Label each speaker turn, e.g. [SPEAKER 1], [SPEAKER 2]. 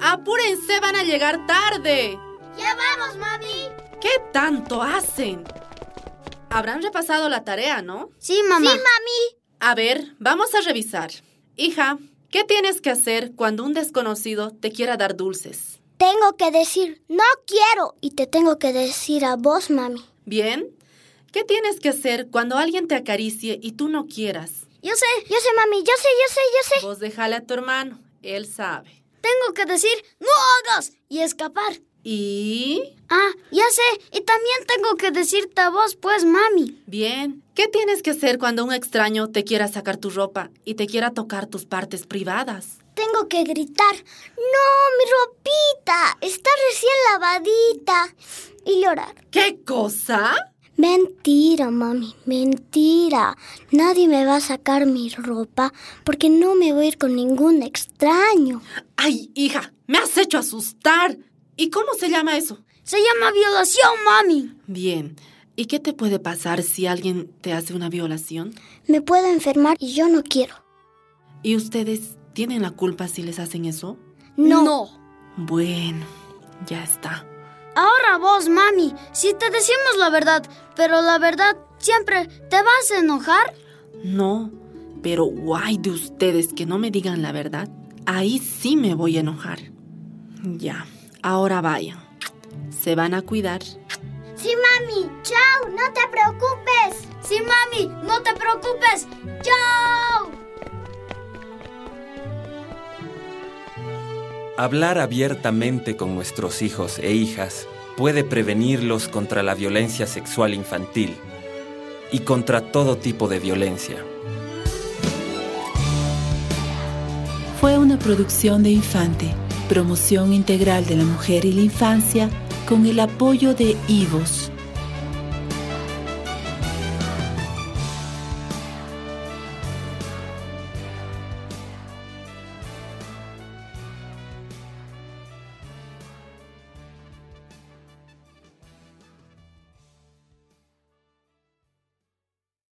[SPEAKER 1] ¡Apúrense, van a llegar tarde!
[SPEAKER 2] ¡Ya vamos, mami!
[SPEAKER 1] ¿Qué tanto hacen? Habrán repasado la tarea, ¿no?
[SPEAKER 3] Sí, mamá.
[SPEAKER 2] Sí, mami.
[SPEAKER 1] A ver, vamos a revisar. Hija, ¿qué tienes que hacer cuando un desconocido te quiera dar dulces?
[SPEAKER 3] Tengo que decir, no quiero. Y te tengo que decir a vos, mami.
[SPEAKER 1] Bien. ¿Qué tienes que hacer cuando alguien te acaricie y tú no quieras?
[SPEAKER 3] Yo sé. Yo sé, mami. Yo sé, yo sé, yo sé.
[SPEAKER 1] Vos déjale a tu hermano, él sabe.
[SPEAKER 3] Tengo que decir, no hagas. Y escapar.
[SPEAKER 1] Y...
[SPEAKER 3] Ah, ya sé. Y también tengo que decirte a vos, pues, mami.
[SPEAKER 1] Bien. ¿Qué tienes que hacer cuando un extraño te quiera sacar tu ropa y te quiera tocar tus partes privadas?
[SPEAKER 3] Tengo que gritar, no, mi ropita. Está recién lavadita. Y llorar.
[SPEAKER 1] ¿Qué cosa?
[SPEAKER 3] Mentira, mami, mentira. Nadie me va a sacar mi ropa porque no me voy a ir con ningún extraño.
[SPEAKER 1] Ay, hija, me has hecho asustar. ¿Y cómo se llama eso?
[SPEAKER 3] Se llama violación, mami.
[SPEAKER 1] Bien. ¿Y qué te puede pasar si alguien te hace una violación?
[SPEAKER 3] Me puedo enfermar y yo no quiero.
[SPEAKER 1] ¿Y ustedes tienen la culpa si les hacen eso?
[SPEAKER 3] No.
[SPEAKER 1] Bueno, ya está.
[SPEAKER 3] Ahora vos, mami, si te decimos la verdad, pero la verdad siempre te vas a enojar.
[SPEAKER 1] No, pero guay de ustedes que no me digan la verdad. Ahí sí me voy a enojar. Ya, ahora vayan. Se van a cuidar.
[SPEAKER 2] Sí, mami. Chao, no te preocupes.
[SPEAKER 3] Sí, mami, no te preocupes. ¡Chao!
[SPEAKER 4] Hablar abiertamente con nuestros hijos e hijas puede prevenirlos contra la violencia sexual infantil y contra todo tipo de violencia.
[SPEAKER 5] Fue una producción de Infante, promoción integral de la mujer y la infancia con el apoyo de IVOS.